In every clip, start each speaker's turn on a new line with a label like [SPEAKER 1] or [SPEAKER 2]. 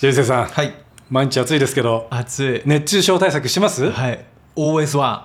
[SPEAKER 1] ジェリセさん、
[SPEAKER 2] はい
[SPEAKER 1] 毎日暑いですけど、
[SPEAKER 2] 暑い、
[SPEAKER 1] 熱中症対策します
[SPEAKER 2] はい OS1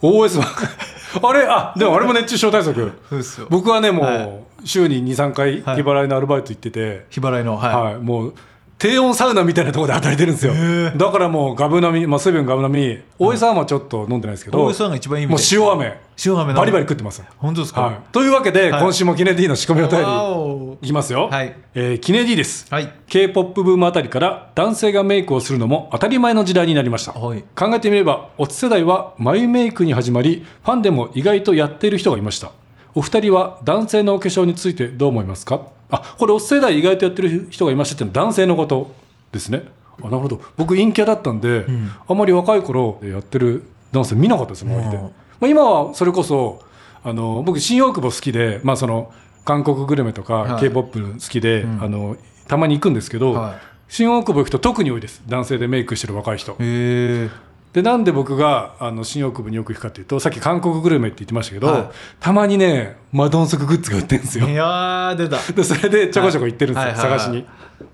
[SPEAKER 1] ?OS は。 あれあ、でもあれも熱中症対策。
[SPEAKER 2] そうですよ
[SPEAKER 1] 僕はね、もう、
[SPEAKER 2] は
[SPEAKER 1] 週に2、3回、
[SPEAKER 2] はい
[SPEAKER 1] 日払いのアルバイト行ってて、
[SPEAKER 2] 日払いのはい、
[SPEAKER 1] はい、もう、低温サウナみたいなところで働いてるんですよ。だからもう、ガブ並み、まあ、水分ガブ並みに、OS はまあちょっと飲んでないですけど、
[SPEAKER 2] OS1 が一番いいみ
[SPEAKER 1] もう
[SPEAKER 2] たい
[SPEAKER 1] 塩飴、
[SPEAKER 2] 塩飴なの
[SPEAKER 1] バリバリ食ってます。
[SPEAKER 2] 本当ですか、
[SPEAKER 1] はい、というわけで、
[SPEAKER 2] はい
[SPEAKER 1] 今週もキネディの仕込みお便り、
[SPEAKER 2] わ
[SPEAKER 1] い
[SPEAKER 2] お
[SPEAKER 1] きますよ。
[SPEAKER 2] はい
[SPEAKER 1] えーキネディです。
[SPEAKER 2] はい
[SPEAKER 1] K-POP ブームあたりから男性がメイクをするのも当たり前の時代になりました、
[SPEAKER 2] はい
[SPEAKER 1] 考えてみればオツ世代は眉メイクに始まりファンでも意外とやっている人がいましたお二人は男性のお化粧についてどう思いますかあこれオツ世代意外とやってる人がいましたっていうのは男性のことですねあなるほど僕陰キャだったんで、あんまり若い頃やってる男性見なかったです周りで、
[SPEAKER 2] うん
[SPEAKER 1] まあ、今はそれこそあの僕新大久保好きで、まあ、その韓国グルメとか
[SPEAKER 2] はい
[SPEAKER 1] k p o p 好きで、あのたまに行くんですけど、
[SPEAKER 2] はい
[SPEAKER 1] 新大久保行くと特に多いです男性でメイクしてる若い人
[SPEAKER 2] へえ
[SPEAKER 1] でなんで僕があの新大久保によく行くかっていうとさっき韓国グルメって言ってましたけど、
[SPEAKER 2] はい
[SPEAKER 1] たまにねマドンソクグッズが売ってるんですよ
[SPEAKER 2] いやー出た
[SPEAKER 1] でそれでちょこちょこ行ってるんですよ、
[SPEAKER 2] はいはいはい
[SPEAKER 1] 探しに
[SPEAKER 2] あ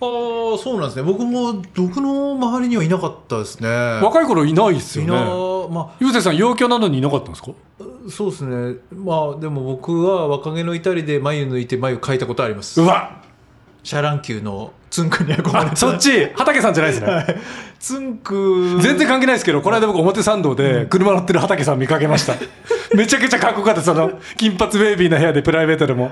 [SPEAKER 2] あそうなんですね僕も僕の周りにはいなかったですね若
[SPEAKER 1] 若い頃いないです
[SPEAKER 2] い
[SPEAKER 1] よ
[SPEAKER 2] な
[SPEAKER 1] ね
[SPEAKER 2] ま
[SPEAKER 1] ゆうせいさん陽キャなのにいなかったんですか
[SPEAKER 2] あそうですねまあでも僕は若気の至りで眉抜いて眉描いたことあります
[SPEAKER 1] うわ
[SPEAKER 2] シャラン級のツンクに憧れ
[SPEAKER 1] あ
[SPEAKER 2] て
[SPEAKER 1] そっち畑さんじゃないですね
[SPEAKER 2] ツンク
[SPEAKER 1] 全然関係ないですけどこの間僕表参道で車乗ってる畑さん見かけましためちゃくちゃかっこよかったその金髪ベイビーな部屋でプライベートでも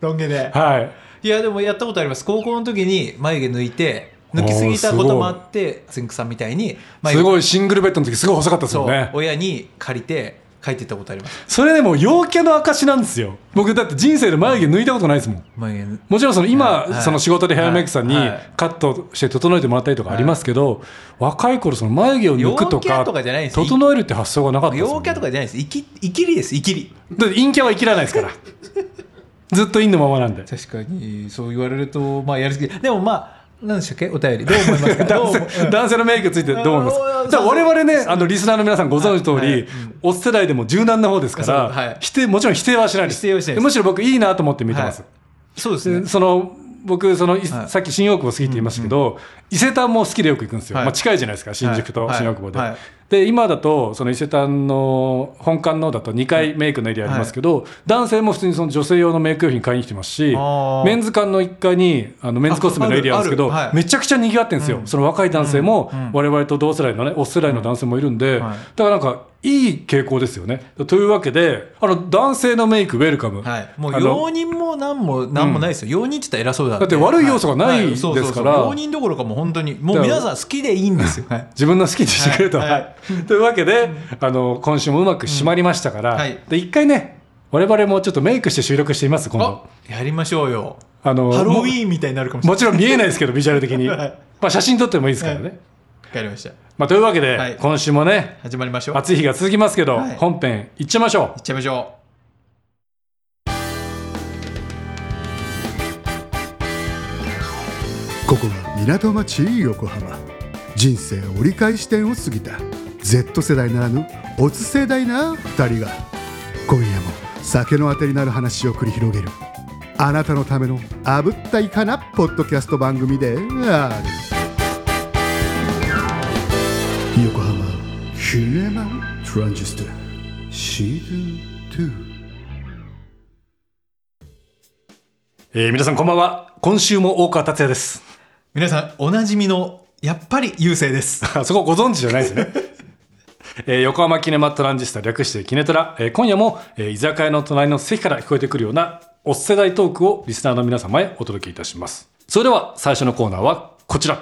[SPEAKER 2] ロン毛で
[SPEAKER 1] はい
[SPEAKER 2] いやでもやったことあります高校の時に眉毛抜いて抜きすぎたこともあってつんくさんみたいに
[SPEAKER 1] す
[SPEAKER 2] 眉毛
[SPEAKER 1] ごいシングルベッドの時すごい細かったです
[SPEAKER 2] そ
[SPEAKER 1] もん
[SPEAKER 2] う
[SPEAKER 1] ね
[SPEAKER 2] 親に借りて書いてったことあります
[SPEAKER 1] それでも陽キャの証なんですよ僕だって人生で眉毛抜いたことないですもん
[SPEAKER 2] 眉毛
[SPEAKER 1] もちろんその今、
[SPEAKER 2] はい
[SPEAKER 1] その仕事でヘアメイクさんに
[SPEAKER 2] はいはい
[SPEAKER 1] カットして整えてもらったりとかありますけど、若い頃その眉毛を抜くと
[SPEAKER 2] 陽キ
[SPEAKER 1] か
[SPEAKER 2] ャとかじゃないです
[SPEAKER 1] 整えるって発想がなかったですもん
[SPEAKER 2] 陽キャとかじゃないですいきいきりですいきり
[SPEAKER 1] だって陰キャは生きらないですから ずっと陰のままなんで
[SPEAKER 2] 確かにそう言われるとまあやる気でもまあ何でしたっけお便りどう思います かどう
[SPEAKER 1] 男
[SPEAKER 2] 思う
[SPEAKER 1] 性男性のメイクついてどう思います
[SPEAKER 2] あの
[SPEAKER 1] かだから我々ねあのリスナーの皆さんご存知の通
[SPEAKER 2] はいはい
[SPEAKER 1] りお世代でも柔軟な方ですか
[SPEAKER 2] そうはい
[SPEAKER 1] ら否定もちろん否定はしないです
[SPEAKER 2] 否定はしないです
[SPEAKER 1] むしろ僕いいなと思って見てます
[SPEAKER 2] はいそうです
[SPEAKER 1] で
[SPEAKER 2] ね
[SPEAKER 1] その僕その、い
[SPEAKER 2] はい
[SPEAKER 1] さっき新大久保好きって言いましたけど、伊勢丹も好きでよく行くんですよ、
[SPEAKER 2] はい
[SPEAKER 1] まあ、近いじゃないですか新宿と
[SPEAKER 2] はい
[SPEAKER 1] 新大久保で、
[SPEAKER 2] はい
[SPEAKER 1] で今だとその伊勢丹の本館のだと2階メイクのエリアありますけど、男性も普通にその女性用のメイク用品買いに来てますし
[SPEAKER 2] あー
[SPEAKER 1] メンズ館の1階にあのメンズコスメのエリアあるんですけど、
[SPEAKER 2] ああるあるはい
[SPEAKER 1] めちゃくちゃ賑わってるんですよ、その若い男性も、我々と同世代のねお世代の男性もいるんで、
[SPEAKER 2] はい
[SPEAKER 1] だからなんかいい傾向ですよねというわけであの男性のメイクウェルカム、
[SPEAKER 2] はいも
[SPEAKER 1] あ
[SPEAKER 2] う
[SPEAKER 1] の
[SPEAKER 2] 容認も何も何もないですよ容認って言ったら偉そうだって
[SPEAKER 1] だって悪い要素がない
[SPEAKER 2] はそうそうそう
[SPEAKER 1] ですから
[SPEAKER 2] 容認どころかもう本当にもう皆さん好きでいいんですよはい
[SPEAKER 1] 自分の好きにしてくれと。
[SPEAKER 2] はい
[SPEAKER 1] はい というわけで、あの今週もうまく締まりましたから、
[SPEAKER 2] うんはい
[SPEAKER 1] で一回ね我々もちょっとメイクして収録しています今
[SPEAKER 2] あ
[SPEAKER 1] 度。
[SPEAKER 2] やりましょうよ
[SPEAKER 1] あの
[SPEAKER 2] ハロウ
[SPEAKER 1] も
[SPEAKER 2] ィーンみたいになるかもしれ
[SPEAKER 1] も
[SPEAKER 2] ない
[SPEAKER 1] ちろん見えない ですけどビジュアル的に、
[SPEAKER 2] はい
[SPEAKER 1] まあ、写真撮ってもいいですからね。
[SPEAKER 2] はいわかりました
[SPEAKER 1] まあ、というわけで、
[SPEAKER 2] はい
[SPEAKER 1] 今週もね
[SPEAKER 2] 始まりましょういっ
[SPEAKER 1] 暑い日が続きますけど、
[SPEAKER 2] はい
[SPEAKER 1] 本編いっちゃいましょう。
[SPEAKER 2] ちゃいましょ
[SPEAKER 3] ここは港町横浜人生折り返し点を過ぎた Z 世代ならぬオツ世代な2人が今夜も酒のあてになる話を繰り広げるあなたのためのあぶったいかなポッドキャスト番組である横浜シネマトランジスタシーズン2
[SPEAKER 1] えー皆さんこんばんは今週も大川達也です。
[SPEAKER 2] う皆さんおなじみのやっぱり優勢です
[SPEAKER 1] あそこご存知じゃないですね。 えー横浜キネマトランジスタ略してキネトラ、えー今夜も、えー居酒屋の隣の席から聞こえてくるようなおっ世代トークをリスナーの皆様へお届けいたしますそれでは最初のコーナーはこちら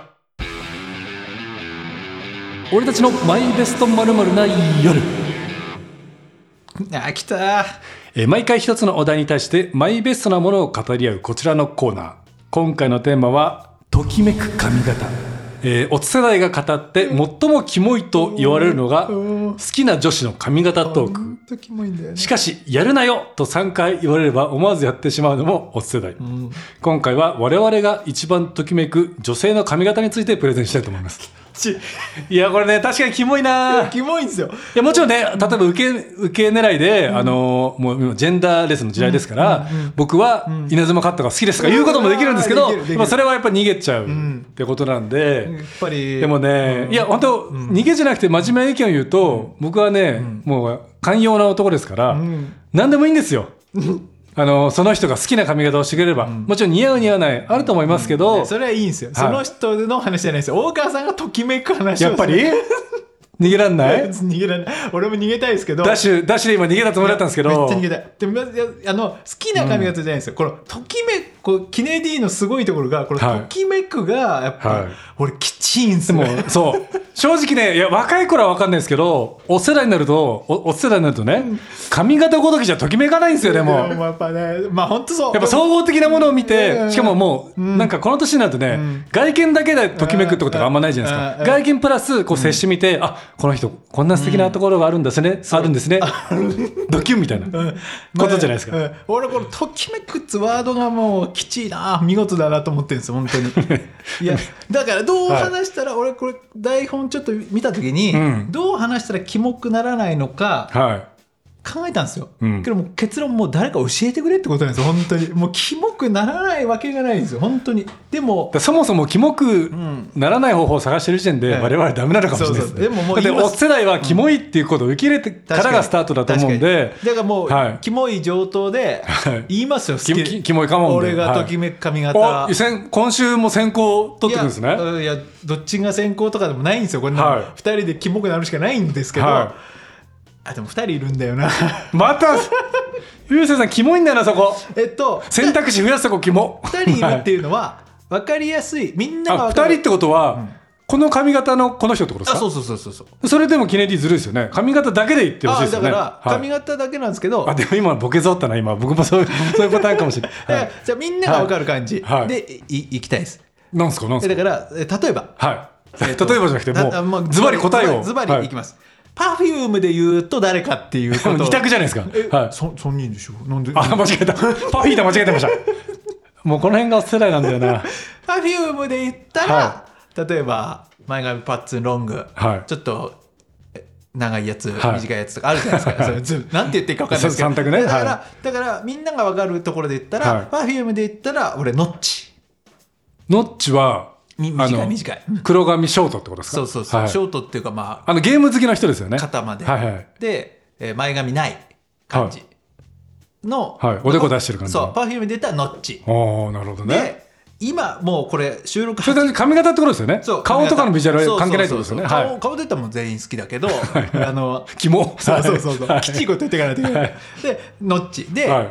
[SPEAKER 1] 俺たちのマイベストまるな夜、
[SPEAKER 2] あ来た
[SPEAKER 1] えー毎回一つのお題に対してマイベストなものを語り合うこちらのコーナー今回のテーマはときめく髪型えー、おつ世代が語って最もキモいと言われるのが好きな女子の髪型トーク
[SPEAKER 2] 本当キモいんだよね
[SPEAKER 1] しかし、やるなよと3回言われれば思わずやってしまうのもお世代。今回は我々が一番ときめく女性の髪型についてプレゼンしたいと思います。
[SPEAKER 2] ち
[SPEAKER 1] いやこれね確かにキモいな
[SPEAKER 2] キモいんですよ
[SPEAKER 1] いやもちろんね、例えば受け、受け狙いで、あの、もう今ジェンダーレスの時代ですから、僕は稲妻カットが好きですとか言うこともできるんですけ
[SPEAKER 2] う
[SPEAKER 1] ど、
[SPEAKER 2] わーできるできる
[SPEAKER 1] まあそれはやっぱ逃げちゃううんってことなんで、
[SPEAKER 2] やっぱり
[SPEAKER 1] でもね、
[SPEAKER 2] うん
[SPEAKER 1] いや本当、
[SPEAKER 2] ん
[SPEAKER 1] 逃げじゃなくて真面目な意見を言うと、僕はね、もう寛容な男ですから、
[SPEAKER 2] ん
[SPEAKER 1] 何でもいいんです よ。あの、その人が好きな髪型をしてくれれば、もちろん似合う似合わない、あると思いますけど、
[SPEAKER 2] それはいいんですよ、
[SPEAKER 1] い
[SPEAKER 2] その人の話じゃないですよ大川さんがときめく話をする
[SPEAKER 1] やっぱり 逃げらんない
[SPEAKER 2] 逃げられない俺も逃げたいですけど
[SPEAKER 1] ダッシュ、ダッシュで今逃げたつもりだったんですけど、
[SPEAKER 2] めっちゃ逃げたいでまずいやあの好きな髪型じゃないんですよ、このときめくこうキネディのすごいところがこの
[SPEAKER 1] はい
[SPEAKER 2] ときめくがやっぱ、
[SPEAKER 1] はい
[SPEAKER 2] 俺きちいんす
[SPEAKER 1] で
[SPEAKER 2] よ
[SPEAKER 1] もそう正直ねいや若い頃は分かんないですけどお世代になるとおお世代になるとね髪型ごときじゃときめかないんですよでも
[SPEAKER 2] でも やっぱねまあ本当そう
[SPEAKER 1] やっぱ総合的なものを見
[SPEAKER 2] う
[SPEAKER 1] て
[SPEAKER 2] ん
[SPEAKER 1] しかももうなんかこの年になるとね
[SPEAKER 2] ん
[SPEAKER 1] 外見だけでときめくってことがあんまないじゃないです
[SPEAKER 2] うん
[SPEAKER 1] か外見プラスこう接してみてあこの人こんな素敵なところがあるんですねあるんですねドキュンみたいなことじゃないですか
[SPEAKER 2] まあうん俺このときめくっつワードがもうきちいな見事だなと思ってるんですよ本当に いやだからどう話したら俺これ台本ちょっと見た時に、
[SPEAKER 1] うん
[SPEAKER 2] どう話したらキモくならないのか
[SPEAKER 1] はい
[SPEAKER 2] 考えたんですよ、
[SPEAKER 1] うん
[SPEAKER 2] けどもう結論もう誰か教えてくれってことなんですよ本当にもうキモくならないわけがないんですよ本当にでも
[SPEAKER 1] だからそもそもキモくならない方法を探してる時点で
[SPEAKER 2] うん
[SPEAKER 1] 我々ダメなのかもしれないです
[SPEAKER 2] そうそうでももう
[SPEAKER 1] だって
[SPEAKER 2] 今
[SPEAKER 1] お世代はキモいっていうことを受け入れてからがスタートだと思うんで
[SPEAKER 2] 確かにだからもう、
[SPEAKER 1] はい
[SPEAKER 2] キモい上等で
[SPEAKER 1] はい
[SPEAKER 2] 言いますよ好
[SPEAKER 1] キ
[SPEAKER 2] き
[SPEAKER 1] キキモいかもんで
[SPEAKER 2] 俺がときめく髪型、
[SPEAKER 1] お先今週も先行取ってくるんですね
[SPEAKER 2] いやいやどっちが先行とかでもないんですよこんなの、
[SPEAKER 1] はい
[SPEAKER 2] 2人でキモくなるしかないんですけど、
[SPEAKER 1] は
[SPEAKER 2] あでも2人いるんだ よな
[SPEAKER 1] いま たゆうせいさんキモいんだよなそこ
[SPEAKER 2] えっと
[SPEAKER 1] 選択肢増やすとこキモ
[SPEAKER 2] 2人いるって
[SPEAKER 1] は
[SPEAKER 2] いうのは分かりやすいみん
[SPEAKER 1] い
[SPEAKER 2] なが
[SPEAKER 1] あ
[SPEAKER 2] 分か
[SPEAKER 1] 二
[SPEAKER 2] る
[SPEAKER 1] 人ってことは、この髪型のこの人ってことです
[SPEAKER 2] あ
[SPEAKER 1] か
[SPEAKER 2] そうそうそうそうそう
[SPEAKER 1] それでもキネディずるいですよね髪型だけで言ってほしい
[SPEAKER 2] あ
[SPEAKER 1] です
[SPEAKER 2] だ
[SPEAKER 1] よ
[SPEAKER 2] か
[SPEAKER 1] ね
[SPEAKER 2] ら
[SPEAKER 1] はい
[SPEAKER 2] 髪型だけなんですけど、
[SPEAKER 1] あでも今ボケぞったな今僕もそう いうそういうパターンかもしれ
[SPEAKER 2] だ
[SPEAKER 1] な
[SPEAKER 2] か
[SPEAKER 1] い、は
[SPEAKER 2] らじゃあみんなが分かる感じ、
[SPEAKER 1] はい
[SPEAKER 2] でいいきたいです
[SPEAKER 1] い、なんすかなんす
[SPEAKER 2] え
[SPEAKER 1] か
[SPEAKER 2] だからえ例えば、
[SPEAKER 1] はい。 例
[SPEAKER 2] え
[SPEAKER 1] え
[SPEAKER 2] っと
[SPEAKER 1] ばじゃなくて、
[SPEAKER 2] なあ
[SPEAKER 1] も
[SPEAKER 2] まあ
[SPEAKER 1] う、ズバリ答えを。
[SPEAKER 2] ズバリズバリいきます、パフュームで言うと誰かっていうこ
[SPEAKER 1] はい
[SPEAKER 2] と
[SPEAKER 1] もう二択じゃないです
[SPEAKER 2] え、
[SPEAKER 1] か。はい。
[SPEAKER 2] そ3人でしょなんで
[SPEAKER 1] あ、間違え た。パフィーと間違えてました。もうこの辺が世代なんだよな。
[SPEAKER 2] パフュームで言ったら、
[SPEAKER 1] は
[SPEAKER 2] 例えば前髪パッツンロング、
[SPEAKER 1] はい
[SPEAKER 2] ちょっとえ長いやつ、
[SPEAKER 1] はい
[SPEAKER 2] 短いやつとかあるじゃないですか、そ れずなんて言っていいか分かんないですけど
[SPEAKER 1] そう三択ね
[SPEAKER 2] だから、
[SPEAKER 1] は
[SPEAKER 2] だからみんなが分かるところで言ったら、
[SPEAKER 1] はい
[SPEAKER 2] パフュームで言ったら俺ノッチ
[SPEAKER 1] ノッチは、
[SPEAKER 2] み
[SPEAKER 1] あ
[SPEAKER 2] 短い
[SPEAKER 1] の
[SPEAKER 2] 短い
[SPEAKER 1] 黒髪ショートってことですか
[SPEAKER 2] そうそうそう、
[SPEAKER 1] はい
[SPEAKER 2] ショートっていうかまあ
[SPEAKER 1] あの、ゲーム好きな人ですよね。
[SPEAKER 2] 肩まで、
[SPEAKER 1] はいはい。
[SPEAKER 2] で、えー前髪ない感じ
[SPEAKER 1] は
[SPEAKER 2] の、
[SPEAKER 1] はいおでこ出してる感じの
[SPEAKER 2] そうパフュームで言ったらノッチ、
[SPEAKER 1] おー、なるほどね。
[SPEAKER 2] で今もうこれ収録
[SPEAKER 1] それ単に髪型ってことですよね
[SPEAKER 2] そう。
[SPEAKER 1] 顔とかのビジュアルは関係ないってことですよね。
[SPEAKER 2] そうそうそう
[SPEAKER 1] は
[SPEAKER 2] 顔顔出たらもう全員好きだけど、あ の
[SPEAKER 1] い。キモ。
[SPEAKER 2] そうそうそう そう、
[SPEAKER 1] はい
[SPEAKER 2] きちいこと言っていかないといけない、
[SPEAKER 1] はい
[SPEAKER 2] でノッチで、
[SPEAKER 1] はい。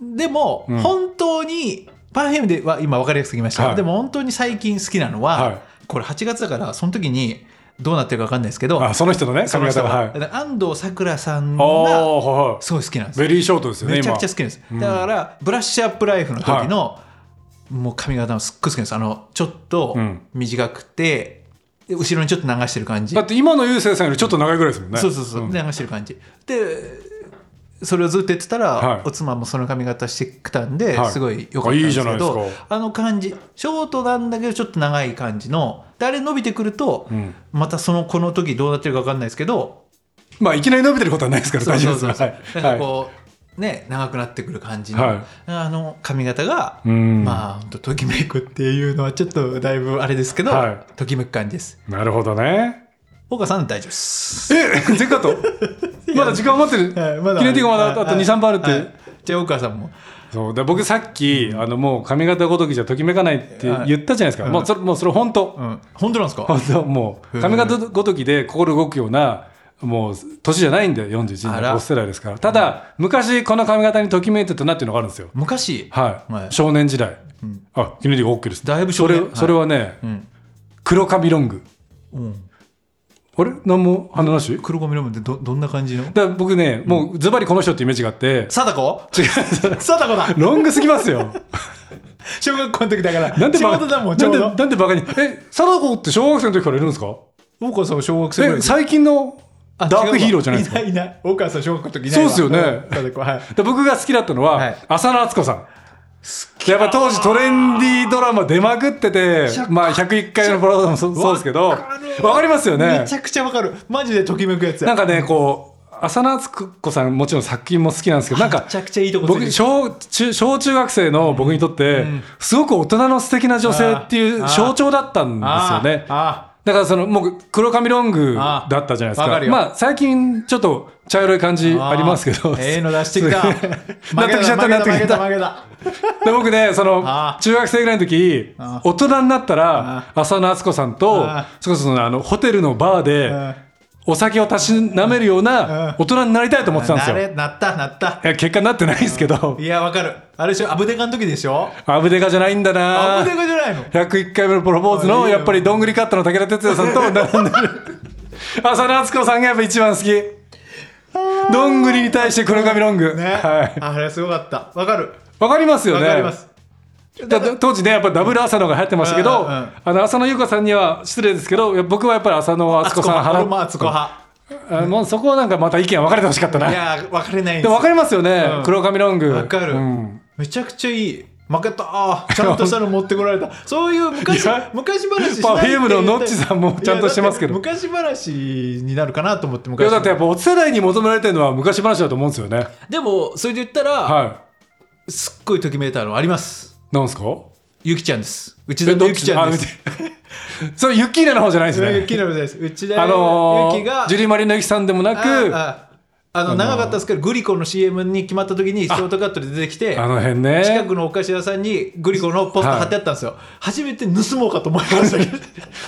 [SPEAKER 2] でも、
[SPEAKER 1] うん
[SPEAKER 2] 本当にパーフェムでは今分かりやすく言いました、
[SPEAKER 1] はい
[SPEAKER 2] でも本当に最近好きなのは、
[SPEAKER 1] はい
[SPEAKER 2] これ8月だからその時にどうなってるか分かんないですけど
[SPEAKER 1] あ、その人のね、
[SPEAKER 2] そ
[SPEAKER 1] 髪
[SPEAKER 2] の人
[SPEAKER 1] 型が。は
[SPEAKER 2] が
[SPEAKER 1] い。
[SPEAKER 2] だから安藤サクラさん
[SPEAKER 1] お
[SPEAKER 2] が
[SPEAKER 1] ー、はいは
[SPEAKER 2] すごい好きなんで
[SPEAKER 1] い。
[SPEAKER 2] すよ
[SPEAKER 1] ベリーショートですよね、
[SPEAKER 2] めちゃ
[SPEAKER 1] 今
[SPEAKER 2] くちゃ。好きなんです、だからブラッシュアップライフの時の、もう髪型もすっごい好きなんですあのちょっと
[SPEAKER 1] うん
[SPEAKER 2] 短くて、で後ろにちょっと流してる感じ
[SPEAKER 1] だって今のゆうせいさんよりちょっと長いぐらいですもんね。
[SPEAKER 2] そうそうそう、
[SPEAKER 1] ん
[SPEAKER 2] 流してる感じでそれをずっと言ってたら、
[SPEAKER 1] はい
[SPEAKER 2] お妻もその髪型してきたんで、
[SPEAKER 1] はい
[SPEAKER 2] すごい良かったんですけ
[SPEAKER 1] あいいじゃ
[SPEAKER 2] ど
[SPEAKER 1] ない
[SPEAKER 2] あ
[SPEAKER 1] ですか
[SPEAKER 2] の感じショートなんだけどちょっと長い感じのであれ伸びてくると、
[SPEAKER 1] ん
[SPEAKER 2] またそのこの時どうなってるか分かんないですけど
[SPEAKER 1] まあ、いきなり伸びてることはないですから、大丈夫です。
[SPEAKER 2] そうそうそうなんか
[SPEAKER 1] はい
[SPEAKER 2] こう、ね長くなってくる感じの、
[SPEAKER 1] はい
[SPEAKER 2] あの髪型が、
[SPEAKER 1] うん
[SPEAKER 2] まあほんとときめくっていうのはちょっとだいぶあれですけど、
[SPEAKER 1] は
[SPEAKER 2] ときめく感じです
[SPEAKER 1] なるほどね。
[SPEAKER 2] 岡さん大丈夫です
[SPEAKER 1] え全カットまだ時間余って
[SPEAKER 2] はい
[SPEAKER 1] る。キネティコまだあと
[SPEAKER 2] はい
[SPEAKER 1] 2、3分あるっ
[SPEAKER 2] は
[SPEAKER 1] て
[SPEAKER 2] い。じゃあ岡さんも
[SPEAKER 1] そうで僕さっき、あのもう髪型ごときじゃときめかないって言ったじゃないですか。
[SPEAKER 2] はい
[SPEAKER 1] もうそれ、もうそれ本当。
[SPEAKER 2] うん、本当なんですか
[SPEAKER 1] 本当、もう髪型ごときで心動くような、もう年じゃないんだよ、41
[SPEAKER 2] あ
[SPEAKER 1] に
[SPEAKER 2] ら
[SPEAKER 1] な世代ですから。ただ、昔この髪型にときめいてたなっていうのがあるんですよ。
[SPEAKER 2] 昔、
[SPEAKER 1] はい。
[SPEAKER 2] はい
[SPEAKER 1] 少年時代。あ、キネティコ OK です。
[SPEAKER 2] だいぶ少
[SPEAKER 1] それ
[SPEAKER 2] 年、
[SPEAKER 1] それはね、
[SPEAKER 2] ん
[SPEAKER 1] 黒髪ロング。
[SPEAKER 2] うん、
[SPEAKER 1] あれ何も鼻なしだか
[SPEAKER 2] 黒髪ロムってどどんな感じの
[SPEAKER 1] ら僕ね、もうズバリこの人ってイメージがあって、
[SPEAKER 2] 貞子
[SPEAKER 1] 違う。
[SPEAKER 2] 貞子だ
[SPEAKER 1] ロングすぎますよ。
[SPEAKER 2] 小学校の時だから
[SPEAKER 1] なんで
[SPEAKER 2] 仕
[SPEAKER 1] バカ
[SPEAKER 2] 事だもんち
[SPEAKER 1] なん
[SPEAKER 2] ょう
[SPEAKER 1] で
[SPEAKER 2] ど
[SPEAKER 1] なんでバカに。え、サダコって小学生の時からいるんですか
[SPEAKER 2] 大川さんは小学生ぐらい
[SPEAKER 1] え、
[SPEAKER 2] です
[SPEAKER 1] 最近の
[SPEAKER 2] あ
[SPEAKER 1] ダークヒーローじゃないですか。
[SPEAKER 2] 違うわいないいない大川さん小学校の時いないわ
[SPEAKER 1] そうですよね
[SPEAKER 2] うん貞子はい
[SPEAKER 1] で僕が好きだったの
[SPEAKER 2] は、
[SPEAKER 1] はい浅野敦子さん。やっぱ当時トレンディードラマ出まくってて、まあ101回のプロダもそそうですけど、わ
[SPEAKER 2] かる
[SPEAKER 1] かりますよね
[SPEAKER 2] めち。ゃくちゃわかるマジでときめくやつや
[SPEAKER 1] なんかね、こう、浅野敦子さんもちろん作品も好きなんですけど、なんか
[SPEAKER 2] めち、ゃくちゃいいとこついて
[SPEAKER 1] 僕
[SPEAKER 2] る
[SPEAKER 1] 小中小中学生の僕にとって、
[SPEAKER 2] ん
[SPEAKER 1] すごく大人の素敵な女性っていう
[SPEAKER 2] あー
[SPEAKER 1] 象徴だったんですよね。
[SPEAKER 2] あ
[SPEAKER 1] だからそのもう黒髪ロングだったじゃないです
[SPEAKER 2] あーわ
[SPEAKER 1] か
[SPEAKER 2] かるよ
[SPEAKER 1] まあ最近ちょっと茶色い感じ
[SPEAKER 2] ーあー
[SPEAKER 1] ありますけど
[SPEAKER 2] ええの出してきた
[SPEAKER 1] な ってきちゃったなってきちゃった
[SPEAKER 2] 負けた負けた負け
[SPEAKER 1] で僕ねその
[SPEAKER 2] あー
[SPEAKER 1] 中学生ぐらいの時
[SPEAKER 2] あ
[SPEAKER 1] 大人になったら浅野敦子さんと
[SPEAKER 2] あー
[SPEAKER 1] それこそそのあのホテルのバーで
[SPEAKER 2] た
[SPEAKER 1] お酒をたしなめるような
[SPEAKER 2] う
[SPEAKER 1] 大人になりたいと思ってたんです
[SPEAKER 2] な
[SPEAKER 1] よい
[SPEAKER 2] れなったなった
[SPEAKER 1] や結果なってないんですけど
[SPEAKER 2] いやわかるあれでしょアブデカの時でしょ
[SPEAKER 1] アブデカじゃないんだな
[SPEAKER 2] アブデカじゃないの
[SPEAKER 1] 101回目のプロポーズ
[SPEAKER 2] あいい
[SPEAKER 1] の
[SPEAKER 2] よ
[SPEAKER 1] やっぱりどんぐりカットの武田鉄矢さんと並んでる 浅野敦子さんがやっぱ一番好きどんぐりに対して黒髪ロング、
[SPEAKER 2] ね、
[SPEAKER 1] はい
[SPEAKER 2] あれすごかったわかる
[SPEAKER 1] わかりますよ
[SPEAKER 2] わ
[SPEAKER 1] ね
[SPEAKER 2] かります
[SPEAKER 1] だ当時ねやっぱダブル浅野が流行ってましたけど、
[SPEAKER 2] うんうんうん
[SPEAKER 1] あの浅野ゆう子さんには失礼ですけどいや僕はやっぱり浅野
[SPEAKER 2] あ
[SPEAKER 1] 敦
[SPEAKER 2] つこ
[SPEAKER 1] 子さん派
[SPEAKER 2] 派俺
[SPEAKER 1] だ
[SPEAKER 2] もあつこ派
[SPEAKER 1] あもうそこはなんかまた意見分かれてほしかったない
[SPEAKER 2] やー分かれないん
[SPEAKER 1] で
[SPEAKER 2] で
[SPEAKER 1] も分か
[SPEAKER 2] す
[SPEAKER 1] りますよね、
[SPEAKER 2] うん
[SPEAKER 1] 黒髪ロング
[SPEAKER 2] わかる、
[SPEAKER 1] うん
[SPEAKER 2] めちゃくちゃいい負けたあーちゃんとしたの持ってこら れたそういう昔
[SPEAKER 1] いや
[SPEAKER 2] 昔話しないって言
[SPEAKER 1] Perfume
[SPEAKER 2] って
[SPEAKER 1] のノッチさんもちゃんとしてますけど
[SPEAKER 2] いやだって昔話になるかなと思って
[SPEAKER 1] い
[SPEAKER 2] 昔
[SPEAKER 1] やだってやっぱお世代に求められてるのは昔話だと思うんですよね
[SPEAKER 2] でもそれで言ったら、
[SPEAKER 1] は
[SPEAKER 2] すっごいときめいたのあります
[SPEAKER 1] いなんですか
[SPEAKER 2] ゆきちゃんですうち
[SPEAKER 1] え
[SPEAKER 2] の
[SPEAKER 1] どっ
[SPEAKER 2] ゆきちゃんです
[SPEAKER 1] あうち そうユッキーナの方じゃないです
[SPEAKER 2] ゆ
[SPEAKER 1] ね
[SPEAKER 2] きのですうちだ
[SPEAKER 1] あの
[SPEAKER 2] よ
[SPEAKER 1] ー
[SPEAKER 2] ゆきが
[SPEAKER 1] ジュリーマリーのゆきさんでもなくあ
[SPEAKER 2] あああの長かったですけどグリコの CM に決まった時にショートカットで出てきて
[SPEAKER 1] の辺ね
[SPEAKER 2] 近くのお菓子屋さんにグリコのポスター貼ってあったんですよ、初めて盗もうかと思いましたけど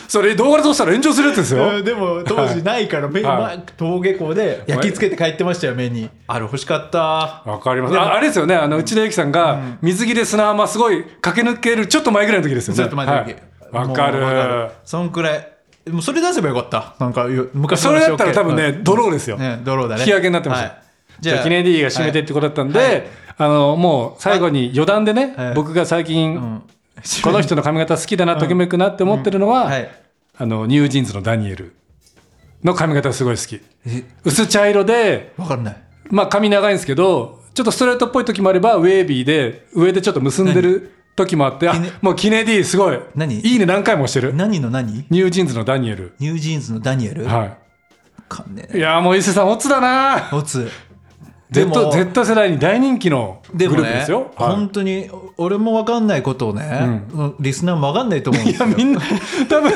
[SPEAKER 1] それ動画で通したら炎上するやつです
[SPEAKER 2] う
[SPEAKER 1] よ
[SPEAKER 2] んでも当時ないから目、
[SPEAKER 1] はい
[SPEAKER 2] ま登下校で焼き付けて帰ってましたよ目にあれ欲しかった
[SPEAKER 1] わかります
[SPEAKER 2] でも
[SPEAKER 1] ああれですよねあの内田有紀さんが水着で砂浜すごい駆け抜けるちょっと前ぐらいの時ですよね
[SPEAKER 2] ずっと前の時
[SPEAKER 1] はいわか
[SPEAKER 2] もう
[SPEAKER 1] る
[SPEAKER 2] そんくらいでもそれ出せばよかったなんかよ昔
[SPEAKER 1] そ
[SPEAKER 2] の
[SPEAKER 1] れ
[SPEAKER 2] 話
[SPEAKER 1] だったら
[SPEAKER 2] OK
[SPEAKER 1] 多分ね
[SPEAKER 2] うん
[SPEAKER 1] ドローですよ
[SPEAKER 2] ねドローだね
[SPEAKER 1] 引き分けになってました
[SPEAKER 2] はい
[SPEAKER 1] じゃあ記念 D が締めてってことだったんで、
[SPEAKER 2] はい
[SPEAKER 1] あのもう最後に余談でね、
[SPEAKER 2] はい
[SPEAKER 1] 僕が最近、
[SPEAKER 2] うん
[SPEAKER 1] この人の髪型好きだなときめくなって思ってるのは、
[SPEAKER 2] はい
[SPEAKER 1] あのニュージーンズのダニエルの髪型すごい好き
[SPEAKER 2] え
[SPEAKER 1] 薄茶色で
[SPEAKER 2] わかんない
[SPEAKER 1] まあ髪長いんですけどちょっとストレートっぽい時もあればウェービーで上でちょっと結んでる時もあってあ
[SPEAKER 2] キネ
[SPEAKER 1] もうキネディすごい
[SPEAKER 2] 何
[SPEAKER 1] いいね何回もしてる
[SPEAKER 2] 何の何
[SPEAKER 1] ニュージーンズのダニエル
[SPEAKER 2] ニュージーンズのダニエルわ
[SPEAKER 1] は
[SPEAKER 2] かんね
[SPEAKER 1] いい
[SPEAKER 2] え
[SPEAKER 1] やーもう伊勢さんオツだな
[SPEAKER 2] おつ
[SPEAKER 1] Z, Z 世代に大人気のグ
[SPEAKER 2] で
[SPEAKER 1] ル
[SPEAKER 2] も
[SPEAKER 1] ープで
[SPEAKER 2] ね
[SPEAKER 1] すよ、はい
[SPEAKER 2] 本当にお俺もわかんないことをね、うんリスナーもわかんないと思うんで
[SPEAKER 1] い
[SPEAKER 2] す
[SPEAKER 1] や
[SPEAKER 2] よ
[SPEAKER 1] みんな多分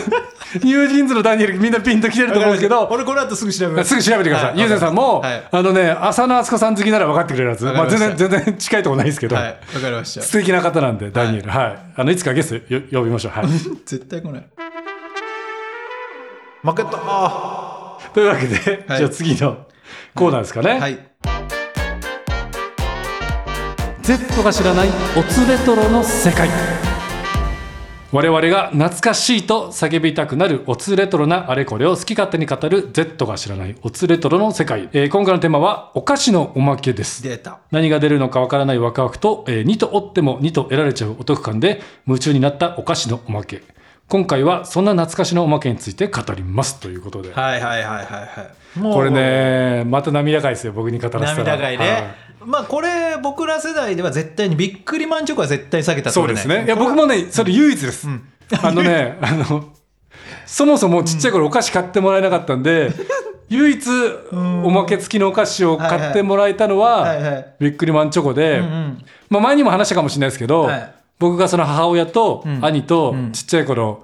[SPEAKER 1] ニュージーンズのダニエルみんなピンときてると思うんですけど
[SPEAKER 2] 俺この後すぐ調べます
[SPEAKER 1] すぐ調べてくださ。
[SPEAKER 2] はい
[SPEAKER 1] ゆうせいさんも、
[SPEAKER 2] はい
[SPEAKER 1] あのね、浅野敦子さん好きなら分かってくれるやつ。
[SPEAKER 2] わ
[SPEAKER 1] ま
[SPEAKER 2] か
[SPEAKER 1] あ、
[SPEAKER 2] りま
[SPEAKER 1] 全
[SPEAKER 2] した
[SPEAKER 1] 然、全然近いとこないですけど、
[SPEAKER 2] はい、わかりました。
[SPEAKER 1] 素敵な方なんで、ダニエル。はい。あの、いつかゲストよ呼びましょう。はい。
[SPEAKER 2] 絶対来ない。負けた。は
[SPEAKER 1] というわけで、
[SPEAKER 2] はい
[SPEAKER 1] じゃあ次のコーナーですかね。
[SPEAKER 2] い。
[SPEAKER 1] Z が知らない、オツレトロの世界。我々が懐かしいと叫びたくなるオツレトロなあれこれを好き勝手に語る Z が知らないオツレトロの世界、えー今回のテーマはお菓子のおまけです
[SPEAKER 2] データ。
[SPEAKER 1] 何が出るのかわからないワクワクと、えー2と折っても2と得られちゃうお得感で夢中になったお菓子のおまけ今回はそんな懐かしのおまけについて語りますということで、
[SPEAKER 2] はいはいはいはいはい。も
[SPEAKER 1] これ。ねまた涙がいですよ僕に語らせたら
[SPEAKER 2] 涙がいね、
[SPEAKER 1] は
[SPEAKER 2] まあこれ僕ら世代では絶対にびっくりマンチョコは絶対避けた
[SPEAKER 1] そうですねいや僕もねそれ唯一です、
[SPEAKER 2] ん
[SPEAKER 1] あのねあのそもそもちっちゃい頃お菓子買ってもらえなかったん で、唯一おまけ付きのお菓子を買ってもらえたのは、
[SPEAKER 2] はいはい
[SPEAKER 1] ビックリマンチョコで、
[SPEAKER 2] うんうん
[SPEAKER 1] まあ、前にも話したかもしれないですけど、
[SPEAKER 2] はい
[SPEAKER 1] 僕がその母親と兄とちっちゃい頃、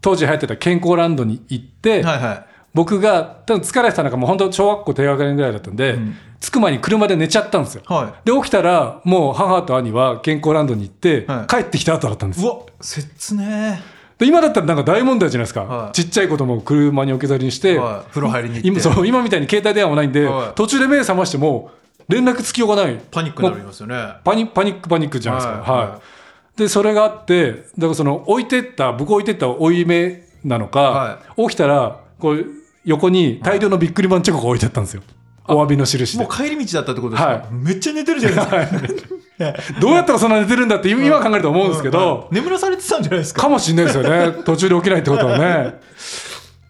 [SPEAKER 1] 当時流行ってた健康ランドに行って、
[SPEAKER 2] はいは
[SPEAKER 1] 僕が多分疲れてたのかもう本当小学校低学年ぐらいだったんで、着く前に車で寝ちゃったんですよ、
[SPEAKER 2] いは
[SPEAKER 1] で起きたらもう母と兄は健康ランドに行って、
[SPEAKER 2] はい
[SPEAKER 1] 帰ってきた後だったんです
[SPEAKER 2] い
[SPEAKER 1] よ
[SPEAKER 2] うわ切ね
[SPEAKER 1] で今だったらなんか大問題じゃないですか、
[SPEAKER 2] はい
[SPEAKER 1] ちっちゃい子供を車に置き去りにして、
[SPEAKER 2] え、はい、風呂入りに行って
[SPEAKER 1] 今そう今みたいに携帯電話もないんで、
[SPEAKER 2] はい
[SPEAKER 1] 途中で目覚ましても連絡つきようがない
[SPEAKER 2] パニックになりますよね
[SPEAKER 1] パニパニックパニックじゃないですか。は
[SPEAKER 2] はいい
[SPEAKER 1] でそれがあってだからその置いてった僕置いてった負い目なのか、
[SPEAKER 2] は
[SPEAKER 1] 起きたらこう横に大量のビックリマンチョコが置いてあったんですよ、お詫びの印で
[SPEAKER 2] もう。帰り道だったってことですか、
[SPEAKER 1] はい
[SPEAKER 2] めっちゃ寝てるじゃ ないですか
[SPEAKER 1] どうやったらそんな寝てるんだって今今考えると思うんですけど、
[SPEAKER 2] はい眠らされてたんじゃないです か
[SPEAKER 1] かもしれないですよね途中で起きないってことはね。
[SPEAKER 2] はい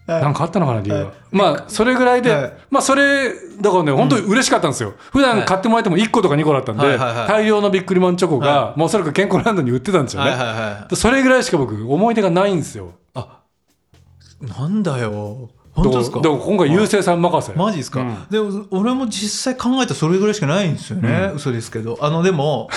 [SPEAKER 1] なんかあったのかな理由は、
[SPEAKER 2] はい
[SPEAKER 1] まあそれぐらいで、
[SPEAKER 2] はい
[SPEAKER 1] まあそれだからね本当に嬉しかったんですよ、普段買ってもらっても1個とか2個だったんで、
[SPEAKER 2] はいはいはい
[SPEAKER 1] 大量のビックリマンチョコが、
[SPEAKER 2] は
[SPEAKER 1] もうおそらく健康ランドに売ってたんですよね、
[SPEAKER 2] はいはいはい
[SPEAKER 1] でそれぐらいしか僕思い出がないんですよ
[SPEAKER 2] あなんだよ本当ですか
[SPEAKER 1] だから今回優勢さん任せ、
[SPEAKER 2] マジですか、
[SPEAKER 1] うん
[SPEAKER 2] でも俺も実際考えたらそれぐらいしかないんですよね、嘘ですけどあのでも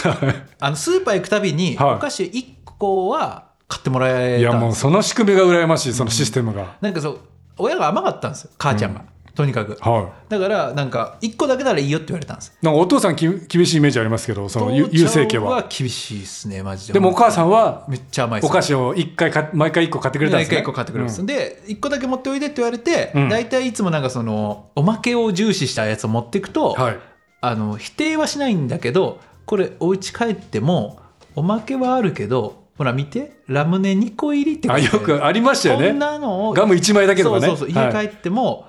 [SPEAKER 2] あのスーパー行くたびに
[SPEAKER 1] はい
[SPEAKER 2] お菓子1個は買ってもらえ
[SPEAKER 1] いや
[SPEAKER 2] たん
[SPEAKER 1] も
[SPEAKER 2] で
[SPEAKER 1] う
[SPEAKER 2] す
[SPEAKER 1] そ
[SPEAKER 2] よ
[SPEAKER 1] の仕組みが羨ましいそのシステムが、
[SPEAKER 2] なんかそう親が甘かったんですよ母ちゃんが、とにかく
[SPEAKER 1] はい
[SPEAKER 2] だからなんか1個だけならいいよって言われたんです
[SPEAKER 1] なんかお父さんき厳しいイメージありますけどそのゆ
[SPEAKER 2] 父ちゃん
[SPEAKER 1] 優勢家は
[SPEAKER 2] 厳しいですねマジで
[SPEAKER 1] でもお母さんは
[SPEAKER 2] めっちゃ甘い
[SPEAKER 1] お菓
[SPEAKER 2] 子
[SPEAKER 1] 子を一回か毎回一個買ってくれたんですね
[SPEAKER 2] 一個買ってくれます、
[SPEAKER 1] うん
[SPEAKER 2] で1個だけ持っておいでって言われて、
[SPEAKER 1] うん
[SPEAKER 2] 大体いつもなんかそのおまけを重視したやつを持っていくと、
[SPEAKER 1] はい
[SPEAKER 2] あの否定はしないんだけどこれお家帰ってもおまけはあるけどほら見てラムネ2個入りって書
[SPEAKER 1] あ
[SPEAKER 2] いて
[SPEAKER 1] よくありましたよ
[SPEAKER 2] こん
[SPEAKER 1] ね
[SPEAKER 2] なのを
[SPEAKER 1] ガム1枚だけとかね
[SPEAKER 2] そうそうそう
[SPEAKER 1] はい
[SPEAKER 2] 家帰っても、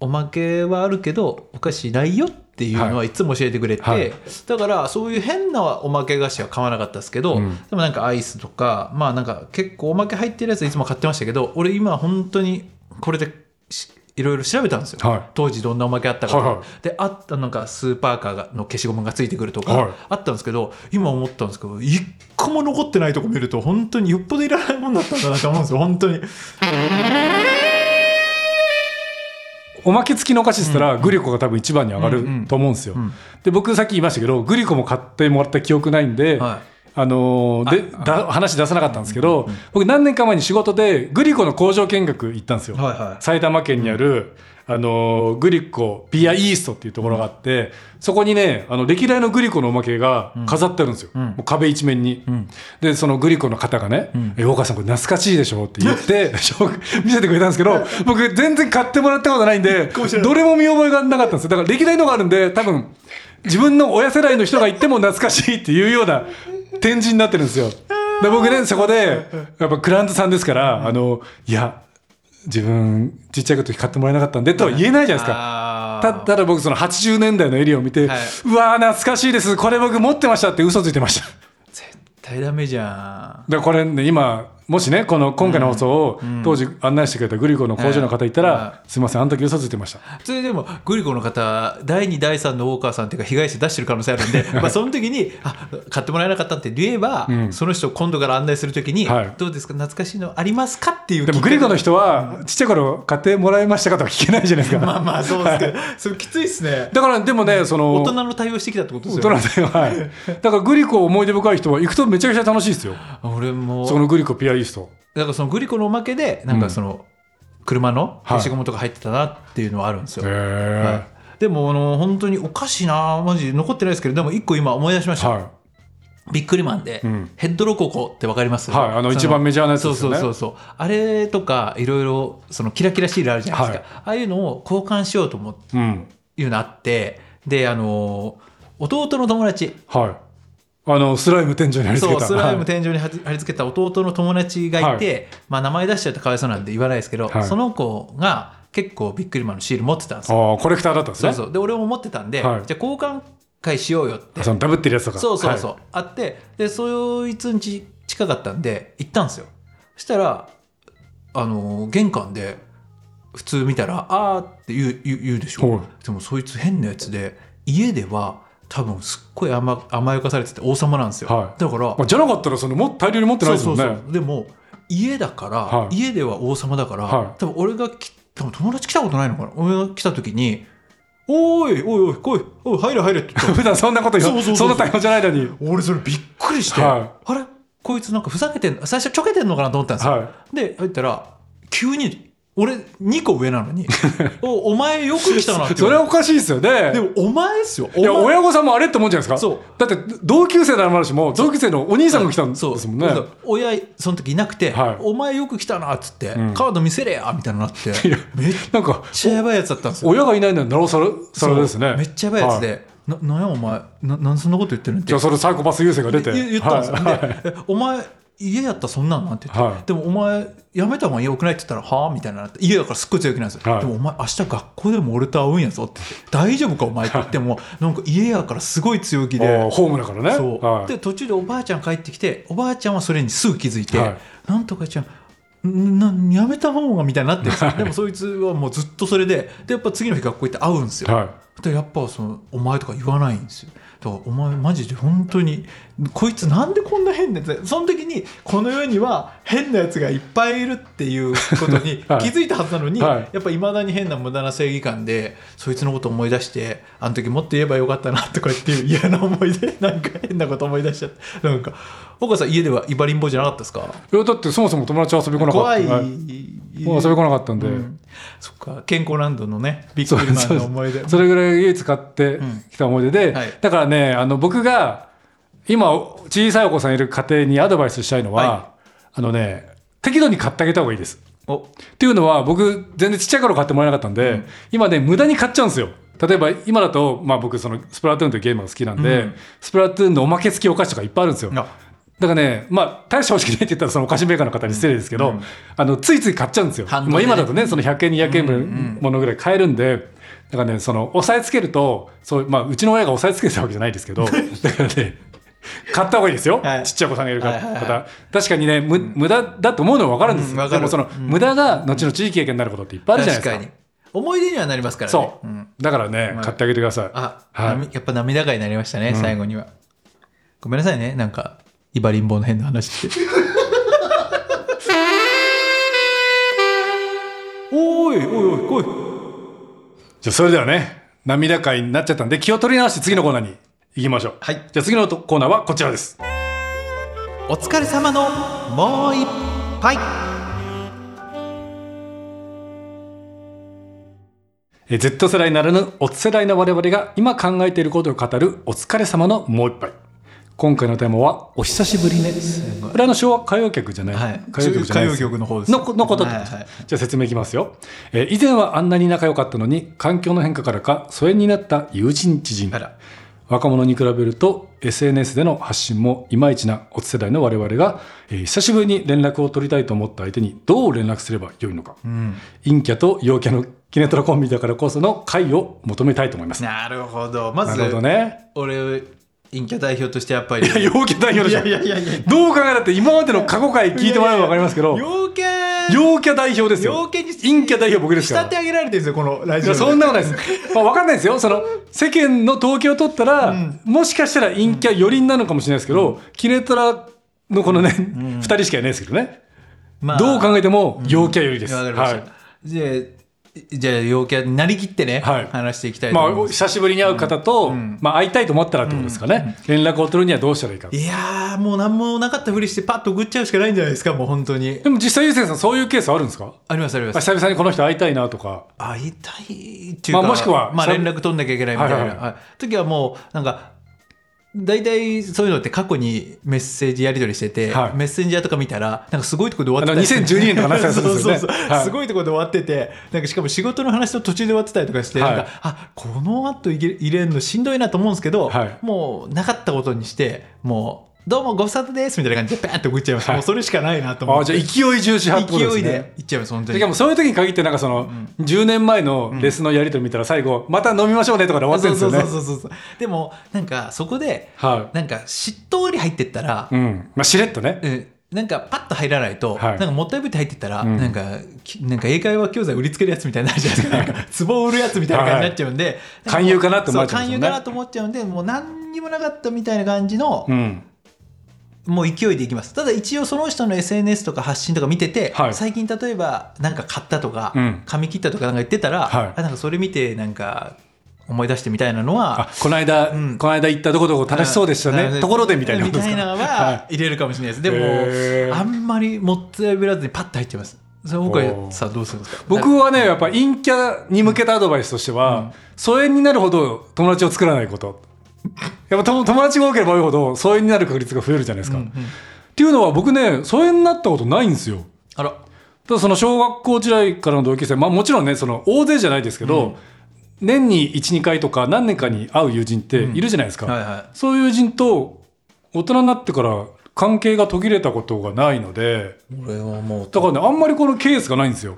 [SPEAKER 2] おまけはあるけどお菓子ないよっていうの
[SPEAKER 1] は
[SPEAKER 2] はいつも教えてくれて、
[SPEAKER 1] はい
[SPEAKER 2] だからそういう変なおまけ菓子は買わなかったですけど、
[SPEAKER 1] うん
[SPEAKER 2] でもなんかアイスとかまあなんか結構おまけ入ってるやついつも買ってましたけど俺今本当にこれでしいろいろ調べたんですよ、
[SPEAKER 1] はい
[SPEAKER 2] 当時どんなおまけあったかとか、
[SPEAKER 1] はいはい
[SPEAKER 2] であったなんかスーパーカーがの消しゴムがついてくるとか、
[SPEAKER 1] はい
[SPEAKER 2] あったんですけど今思ったんですけど一個も残ってないとこ見ると本当によっぽどいらないもんだったんだなと思うんですよ本当に。
[SPEAKER 1] おまけ付きのお菓子って言ったら、グリコが多分一番に上が
[SPEAKER 2] うんうん
[SPEAKER 1] ると思うんですよ、
[SPEAKER 2] うん
[SPEAKER 1] で僕さっき言いましたけどグリコも買ってもらった記憶ないんで、
[SPEAKER 2] はい
[SPEAKER 1] あのーでだ話出さなかったんですけど、僕何年か前に仕事でグリコの工場見学行ったんですよ、
[SPEAKER 2] はいはい
[SPEAKER 1] 埼玉県にある、あのーグリコピアイーストっていうところがあって、そこにねあの歴代のグリコのおまけが飾ってあるんですよ、
[SPEAKER 2] ん
[SPEAKER 1] もう壁一面に、でそのグリコの方がね
[SPEAKER 2] ん
[SPEAKER 1] 「え大、川さんこれ懐かしいでしょ」って言って 見せてくれたんですけど僕全然買ってもらったことないんで
[SPEAKER 2] も知らない
[SPEAKER 1] どれも見覚えがなかったんですよだから歴代のがあるんで多分自分の親世代の人が行っても懐かしいっていうような展示になってるんですよ。で僕ねそこでやっぱクランズさんですからあのいや自分ちっちゃい時買ってもらえなかったんでとは言えないじゃないですか。
[SPEAKER 2] あ
[SPEAKER 1] たただ僕その80年代のエリアを見て、
[SPEAKER 2] はいう
[SPEAKER 1] わー懐かしいですこれ僕持ってましたって嘘ついてました。
[SPEAKER 2] 絶対ダメじゃん。
[SPEAKER 1] でこれね今もしねこの今回の放送を当時案内してくれたグリコの工場の方いた
[SPEAKER 2] はい
[SPEAKER 1] ら、すいませんあの時嘘ついてました
[SPEAKER 2] それでもグリコの方第2第3のウォーカーさんっていうか被害者出してる可能性ある んでまあその時にあ買ってもらえなかったって言えば、
[SPEAKER 1] ん
[SPEAKER 2] その人を今度から案内する時に、
[SPEAKER 1] はい
[SPEAKER 2] どうですか懐かしいのありますかっていう
[SPEAKER 1] でもグリコの
[SPEAKER 2] 人
[SPEAKER 1] 人はちっちゃい頃買ってもらえましたかとか聞けないじゃないですか
[SPEAKER 2] まあまあそうですけど、それきついっすね
[SPEAKER 1] だからでもねその
[SPEAKER 2] 大人の対応してきたってことです
[SPEAKER 1] 大
[SPEAKER 2] よね
[SPEAKER 1] 人ではいだからグリコ思い出深い人は行くとめちゃくちゃ楽しいですよ
[SPEAKER 2] 俺も
[SPEAKER 1] そのグリコピアイースト
[SPEAKER 2] だからそのグリコのおまけでなんかその、車の
[SPEAKER 1] はい
[SPEAKER 2] 消しゴムとか入ってたなっていうのはあるんですよ、
[SPEAKER 1] へえ
[SPEAKER 2] はいでもあの本当におかしいなマジ残ってないですけどでも一個今思い出しました、
[SPEAKER 1] はい
[SPEAKER 2] ビックリマンで、
[SPEAKER 1] ん
[SPEAKER 2] ヘッドロココってわかります
[SPEAKER 1] はいあの
[SPEAKER 2] そ
[SPEAKER 1] 一番メジャーなやつですよね
[SPEAKER 2] そうそうそうそうあれとかいろいろそのキラキラシールあるじゃないですか、ああいうのを交換しようと思って
[SPEAKER 1] うん
[SPEAKER 2] いうのあってであの弟の友達
[SPEAKER 1] はいあのスライム店長にやりつけ
[SPEAKER 2] そ
[SPEAKER 1] た
[SPEAKER 2] うスライム
[SPEAKER 1] はい
[SPEAKER 2] 天井に貼り貼り付けた弟の友達がいて、まあ、名前出しちゃうとかわいそうなんで言わないですけど、
[SPEAKER 1] はい
[SPEAKER 2] その子が結構ビックリマンのシール持ってたんですよ
[SPEAKER 1] ああコレクターだったんです
[SPEAKER 2] そ
[SPEAKER 1] ね
[SPEAKER 2] うそうで俺も持ってたんで、
[SPEAKER 1] はい
[SPEAKER 2] じゃあ交換会しようよって
[SPEAKER 1] そのダブってるやつとか
[SPEAKER 2] そうそうそう、
[SPEAKER 1] は
[SPEAKER 2] あってでそいつんち近かったんで行ったんですよそしたらあのー玄関で普通見たら「あー」って言う言う言うでしょ、
[SPEAKER 1] は
[SPEAKER 2] でもそいつ変なやつで家では多分すっごい甘甘やかされてて王様なんですよ、
[SPEAKER 1] はい
[SPEAKER 2] だから、
[SPEAKER 1] いまあじゃなかったらそのもっと大量に持ってないですもんね
[SPEAKER 2] そうそうそうでも家だから、
[SPEAKER 1] はい
[SPEAKER 2] 家では王様だから、
[SPEAKER 1] は
[SPEAKER 2] 多分俺がき多分友達来たことないのかな俺が来た時に「おーいおいおい来いおい入れ入れ」って言ったの
[SPEAKER 1] 普段そんなこと言わ
[SPEAKER 2] そうそうそう
[SPEAKER 1] そんな対応じゃないのに
[SPEAKER 2] 俺それびっくりして、
[SPEAKER 1] は
[SPEAKER 2] あれこいつなんかふざけてん最初ちょけてんのかなと思ったんですよ、
[SPEAKER 1] は
[SPEAKER 2] で入ったら急に俺2個上 なのに「おお前よく来たな」って
[SPEAKER 1] そ
[SPEAKER 2] 言
[SPEAKER 1] れは
[SPEAKER 2] わ
[SPEAKER 1] おかしいですよね
[SPEAKER 2] れてでもお前っすよお
[SPEAKER 1] い
[SPEAKER 2] 前
[SPEAKER 1] や親御さんもあれって思うんじゃないですか
[SPEAKER 2] そう
[SPEAKER 1] だって同級生ならまだしも同級生のお兄さんが来たんです
[SPEAKER 2] そう
[SPEAKER 1] もんね
[SPEAKER 2] そう親その時いなくて「
[SPEAKER 1] はい
[SPEAKER 2] お前よく来たな」っつって、
[SPEAKER 1] ん
[SPEAKER 2] カード見せれや」みたいになって
[SPEAKER 1] や
[SPEAKER 2] めっ
[SPEAKER 1] なんか
[SPEAKER 2] めっちゃやばいやつだったんですよ。
[SPEAKER 1] 親がいないならなおさらさらです
[SPEAKER 2] そ
[SPEAKER 1] ね
[SPEAKER 2] うめっちゃやばいやつ
[SPEAKER 1] は
[SPEAKER 2] で、ななんやお前、ななんでそんなこと言ってるんっ
[SPEAKER 1] じ
[SPEAKER 2] て
[SPEAKER 1] ゃあそれサイコパス優勢が出て
[SPEAKER 2] 言言ったんですよ。
[SPEAKER 1] はい
[SPEAKER 2] でえお前、家やったらそんなんなんて言って、
[SPEAKER 1] はい
[SPEAKER 2] でもお前、やめた方がよくないって言ったら、はあみたいになって、家だからすっごい強気なんですよ。
[SPEAKER 1] はい
[SPEAKER 2] でもお前、明日学校でも俺と会うんやぞって言って、大丈夫かお前って言っても、なんか家やからすごい強気で、
[SPEAKER 1] あーホームだからね
[SPEAKER 2] そう、
[SPEAKER 1] はい
[SPEAKER 2] で途中でおばあちゃん帰ってきておばあちゃんはそれにすぐ気づいて「
[SPEAKER 1] はい
[SPEAKER 2] なんとかちゃんなやめた方がみたいになってるんですよでもそいつはもうずっとそれででやっぱ次の日学校行って会うんですよ、
[SPEAKER 1] は
[SPEAKER 2] でやっぱその「お前」とか言わないんですよだから「お前マジで本当にこいつなんでこんな変なやつだその時にこの世には変なやつがいっぱいいるっていうことに
[SPEAKER 1] はい
[SPEAKER 2] 気づいたはずなのに、
[SPEAKER 1] はい
[SPEAKER 2] やっぱいまだに変な無駄な正義感でそいつのこと思い出してあの時もっと言えばよかったなとかっていう嫌な思い出 なんか変なこと思い出しちゃってなんか岡さん家ではイバリンボじゃなかったですか
[SPEAKER 1] い、いやだってそもそも友達遊び来なか
[SPEAKER 2] 怖
[SPEAKER 1] っ
[SPEAKER 2] い、
[SPEAKER 1] たはもう遊び来なかったんで、
[SPEAKER 2] うんそっか健康ランドのねビッ
[SPEAKER 1] そう
[SPEAKER 2] クリマ
[SPEAKER 1] そ
[SPEAKER 2] ン
[SPEAKER 1] う
[SPEAKER 2] の思い出
[SPEAKER 1] それぐらい唯一買ってきた思い出で、
[SPEAKER 2] んはい
[SPEAKER 1] だからねあの僕が今小さいお子さんいる家庭にアドバイスしたいのは、
[SPEAKER 2] は
[SPEAKER 1] あのね適度に買ってあげた方がいいです。
[SPEAKER 2] お
[SPEAKER 1] っていうのは僕全然ちっちゃい頃買ってもらえなかったんで、今ね無駄に買っちゃうんですよ例えば今だと、まあ、僕そのスプラトゥーンというゲームが好きなんで、
[SPEAKER 2] うん
[SPEAKER 1] スプラトゥーンのおまけ付きお菓子とかいっぱいあるんですよだ
[SPEAKER 2] あ
[SPEAKER 1] からねまあ大した欲しくないって言ったらそのお菓子メーカーの方に失礼ですけど、
[SPEAKER 2] うん
[SPEAKER 1] あのついつい買っちゃうんですよ、
[SPEAKER 2] 反動で
[SPEAKER 1] まあ
[SPEAKER 2] ね
[SPEAKER 1] 今だとねその100円200円ものぐらい買えるんで、だからねその押さえつけるとそう,、まあ、うちの親が押さえつけてたわけじゃないですけど だからね買った方がいいですよ、
[SPEAKER 2] はい
[SPEAKER 1] ちっちゃい子さんがいる方、
[SPEAKER 2] はいはいはい
[SPEAKER 1] 確かにねむ無駄だと思うのは分かるんですよ、
[SPEAKER 2] うんわか
[SPEAKER 1] で
[SPEAKER 2] る
[SPEAKER 1] もその、
[SPEAKER 2] うん
[SPEAKER 1] 無駄が後々いい経験になることっていっぱいあるじゃないですか。
[SPEAKER 2] 確かに思い出にはなりますからね
[SPEAKER 1] そう、
[SPEAKER 2] ん
[SPEAKER 1] だからね、
[SPEAKER 2] はい
[SPEAKER 1] 買ってあげてください。
[SPEAKER 2] あ、
[SPEAKER 1] はい
[SPEAKER 2] なみやっぱ涙がになりましたね、最後にはごめんなさいねなんかイバリンボの変な話し ておいおいおい来い
[SPEAKER 1] じゃあそれではね、涙会になっちゃったんで、気を取り直して次のコーナーに行きましょう。
[SPEAKER 2] はい
[SPEAKER 1] じゃあ次のコーナーはこちらです。
[SPEAKER 2] お疲れ様のもう一杯
[SPEAKER 1] えー Z 世代ならぬ、オツ世代の我々が今考えていることを語る、お疲れ様のもう一杯。今回のテーマは、お久しぶりね。これあの昭和歌謡曲じゃない、
[SPEAKER 2] はい
[SPEAKER 1] 歌謡曲じゃないです
[SPEAKER 2] 歌謡曲の方です
[SPEAKER 1] のこのことってことです
[SPEAKER 2] はいはい
[SPEAKER 1] じゃあ説明いきますよ、えー以前はあんなに仲良かったのに環境の変化からか疎遠になった友人知人
[SPEAKER 2] あら
[SPEAKER 1] 若者に比べると SNS での発信もいまいちなおつ世代の我々が、えー久しぶりに連絡を取りたいと思った相手にどう連絡すればよいのか、
[SPEAKER 2] うん
[SPEAKER 1] 陰キャと陽キャのキネトラコンビだからこその会を求めたいと思います、
[SPEAKER 2] なるほどま
[SPEAKER 1] な
[SPEAKER 2] ず
[SPEAKER 1] るほどね
[SPEAKER 2] 俺陰キャ代表としてやっぱり
[SPEAKER 1] いや陽キャ代表でしょ
[SPEAKER 2] いやいやいやいや
[SPEAKER 1] どう考えたって今までの過去回聞いてもらえば分かりますけど
[SPEAKER 2] 陽キャ
[SPEAKER 1] 陽キャ代表ですよ
[SPEAKER 2] 陽キャに
[SPEAKER 1] 陰キャ代表僕です
[SPEAKER 2] 仕
[SPEAKER 1] から
[SPEAKER 2] 立て上げられてるんですよこのラ
[SPEAKER 1] い
[SPEAKER 2] ジオ
[SPEAKER 1] や
[SPEAKER 2] で
[SPEAKER 1] そんなことないです。まあ、わかんないですよ。その世間の統計を取ったら、
[SPEAKER 2] ん
[SPEAKER 1] もしかしたら陰キャ寄りなのかもしれないですけど、キネトラのこのね、二、人しかいないですけどね。
[SPEAKER 2] まあ
[SPEAKER 1] どう考えても陽キャ寄りです。
[SPEAKER 2] わかりま
[SPEAKER 1] は
[SPEAKER 2] した、
[SPEAKER 1] い。
[SPEAKER 2] じゃあじゃあ陽キャになりきってね、
[SPEAKER 1] はい
[SPEAKER 2] 話していきたいと
[SPEAKER 1] ま
[SPEAKER 2] 思
[SPEAKER 1] あ
[SPEAKER 2] います、
[SPEAKER 1] 久しぶりに会う方と、まあ会いたいと思ったらってことですかね。連絡を取るにはどうしたらいいか。
[SPEAKER 2] いやーもう何もなかったふりしてパッと送っちゃうしかないんじゃないですかもう本当に
[SPEAKER 1] でも実際ゆうせいさんそういうケースあるんですか？
[SPEAKER 2] ありますありま
[SPEAKER 1] あ
[SPEAKER 2] す
[SPEAKER 1] 久々にこの人会いたいなとか。
[SPEAKER 2] 会いたいっていうか、
[SPEAKER 1] まあもしくは
[SPEAKER 2] まあ、
[SPEAKER 1] さ
[SPEAKER 2] 連絡取んなきゃいけないみたいな、
[SPEAKER 1] はいはいはい
[SPEAKER 2] はい時はもうなんか大体そういうのって過去にメッセージやり取りしてて、
[SPEAKER 1] はい
[SPEAKER 2] メッセンジャーとか見たらなんかすごいところで終わってたり
[SPEAKER 1] あの2012年の話だったんですよね
[SPEAKER 2] そうそうそう、
[SPEAKER 1] はい
[SPEAKER 2] すごいところで終わっててなんかしかも仕事の話の途中で終わってたりとかして、
[SPEAKER 1] はい
[SPEAKER 2] なんかあこの後入れ入れるのしんどいなと思うんですけど、
[SPEAKER 1] はい
[SPEAKER 2] もうなかったことにしてもうどうもご無沙汰ですみたいな感じでパーンって送っちゃいました、
[SPEAKER 1] はい
[SPEAKER 2] もうそれしかないなと思
[SPEAKER 1] あ
[SPEAKER 2] っ
[SPEAKER 1] じ
[SPEAKER 2] て
[SPEAKER 1] ゃあ勢い重視派ってことです
[SPEAKER 2] 勢
[SPEAKER 1] ね。
[SPEAKER 2] いでいっちゃいます本当に
[SPEAKER 1] しかもそういう時に限ってなんかその、10年前のレスのやり取り見たら最後また飲みましょうねとかで終わってるんですよね。
[SPEAKER 2] そうそうそうそうそうでもなんかそこで、
[SPEAKER 1] はい
[SPEAKER 2] なんかしっとり入ってったら、
[SPEAKER 1] うん。まあ、しれっとね。
[SPEAKER 2] うんなんかパッと入らないと、
[SPEAKER 1] はい
[SPEAKER 2] なんかもったいぶって入ってったら、
[SPEAKER 1] ん
[SPEAKER 2] なんかきなんか英会話教材売りつけるやつみたいになるじゃないですかなん か壺を売るやつみたいな感じになっちゃうんで、なんか
[SPEAKER 1] 勧誘かなって思われちゃ
[SPEAKER 2] そう
[SPEAKER 1] うんですよ
[SPEAKER 2] 勧誘
[SPEAKER 1] ね
[SPEAKER 2] かなと思っちゃうんでもう何にもなかったみたいな感じの、
[SPEAKER 1] うん。
[SPEAKER 2] もう勢いでいきますただ一応その人の SNS とか発信とか見てて、
[SPEAKER 1] はい
[SPEAKER 2] 最近例えばなんか買ったとか、
[SPEAKER 1] うん
[SPEAKER 2] 髪切ったとかなんか言ってたら、
[SPEAKER 1] はい
[SPEAKER 2] あなんかそれ見てなんか思い出してみたいなのは
[SPEAKER 1] あ、この間、
[SPEAKER 2] ん
[SPEAKER 1] この間行ったどこどこ楽しそうでした
[SPEAKER 2] あ
[SPEAKER 1] ね。ところでみたいなことですか。
[SPEAKER 2] みたいなの
[SPEAKER 1] は
[SPEAKER 2] は入れるかもしれないです。で
[SPEAKER 1] へー
[SPEAKER 2] も、あんまりもったいぶらずにパッと入っちゃいます。それ僕
[SPEAKER 1] おー
[SPEAKER 2] はさ、どうするんですか
[SPEAKER 1] 僕はね、やっぱ陰キャに向けたアドバイスとしては、疎遠になるほど友達を作らないこと。やっぱ友友達が多ければ多いほど疎遠になる確率が増えるじゃないですか。っていうのは僕ね、疎遠になったことないんですよ。
[SPEAKER 2] あら、
[SPEAKER 1] ただその小学校時代からの同級生、まあ、もちろんねその大勢じゃないですけど、年に12回とか何年かに会う友人っているじゃないですか、
[SPEAKER 2] はいは
[SPEAKER 1] そういう友人と大人になってから関係が途切れたことがないので
[SPEAKER 2] い。俺はもう、
[SPEAKER 1] だからねあんまりこのケースがないんですよ。